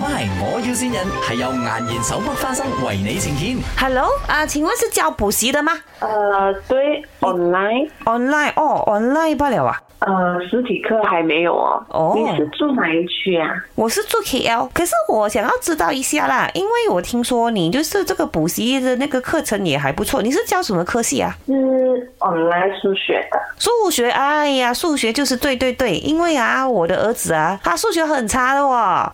MY，我要先人係由顏然手剝花生為你呈現。 Hello，啊、请问是教补习的吗呃，对，online， ？Online 哦，online 罢了啊。呃，实体课还没有哦。哦你是住哪一区啊？我是住 KL，可是我想要知道一下啦，因为我听说你就是这个补习的那个课程也还不错，你是教什么科系啊？是 online 数学的。数学，哎呀，数学就是对对对，因为啊，我的儿子啊，他数学很差的哦，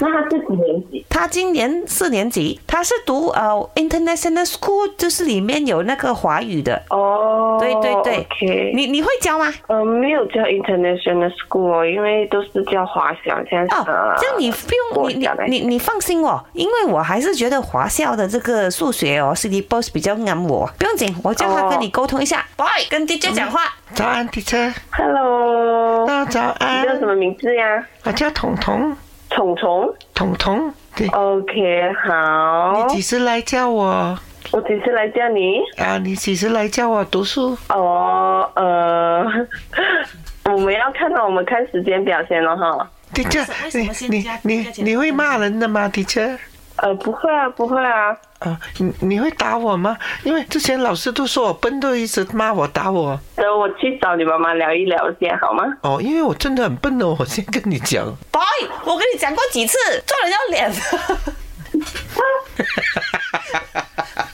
那他是几年级？他今年四年级，他是读呃 international school，就是里面有那个华语的，哦，对对对 OK，你你会教吗？呃，没有叫 international school，哦因为都是叫华小，现在是哦呃，这样你不用我你你晓得你你放心哦，因为我还是觉得华校的这个数学哦，City Boss 比较啱我，不用紧，我叫他哦跟你沟通一下。喂、跟 DJ 讲话。早安，teacher。 Hello，那早你安叫，什么名字呀？我叫彤彤，虫虫。彤彤。对， OK，好哦你，几时来叫我？我几次来叫你？啊，你几时来叫我读书？哦，呃， 我们要看到我们看时间表先了哈。 teacher，你你你你会骂人的吗，teacher？呃，不会啊，不会啊。啊，你你会打我吗？因为之前老师都说我笨，都一直骂我打我。等我去找你妈妈聊一聊先好吗？哦，因为我真的很笨哦，我先跟你讲。喂，我跟你讲过几次，做人要脸，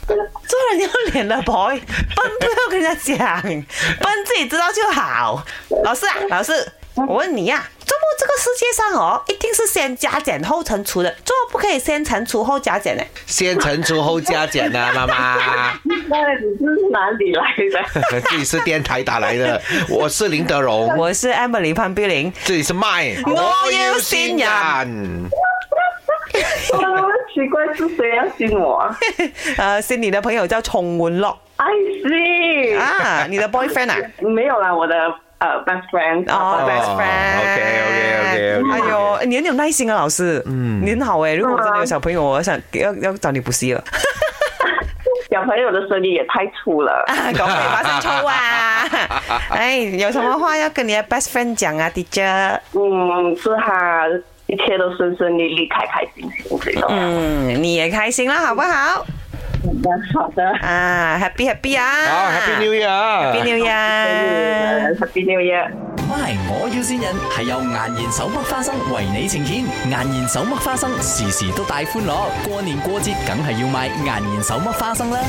做人要脸的 boy，笨不要跟人家讲，笨自己知道就好。老师啊，老师，我问你呀、啊，怎么这个世界上哦，一定是先加减后乘除的，怎么不可以先乘除后加减呢？先乘除后加减啊，妈妈。 那你是哪里来 的？这里是电台打来的，我是林德荣， 我是 Emily 潘碧玲， 这里是麦，我要先人。奇怪，是谁要信我啊呃，是你的朋友叫崇文 乐？I see，、啊，你的 boyfriend 啊。没有啦，我的呃 best friend， 哦、呃 b e s t friend。，best friend 哎呦，你很有耐心啊，老师。嗯，你很好哎、如果我真的有小朋友，我想哎要要找你补习 了。小朋友的声音也太粗了。搞咩把声粗啊！ 哎，有什么话要跟你的 best friend 讲啊，teacher？嗯，祝他一切都顺顺利利、开开心心最重要。嗯，你也开心啦，好不好？嗯好的，好啊，happy happy 啊！好，Happy New Happy Year！ New 的 Year！ ，Happy New Year。 MY，我要先人係由顏然手剝花生為你呈現。顏然手剝花生時時都帶歡樂，過年過節梗係要買顏然手剝花生啦。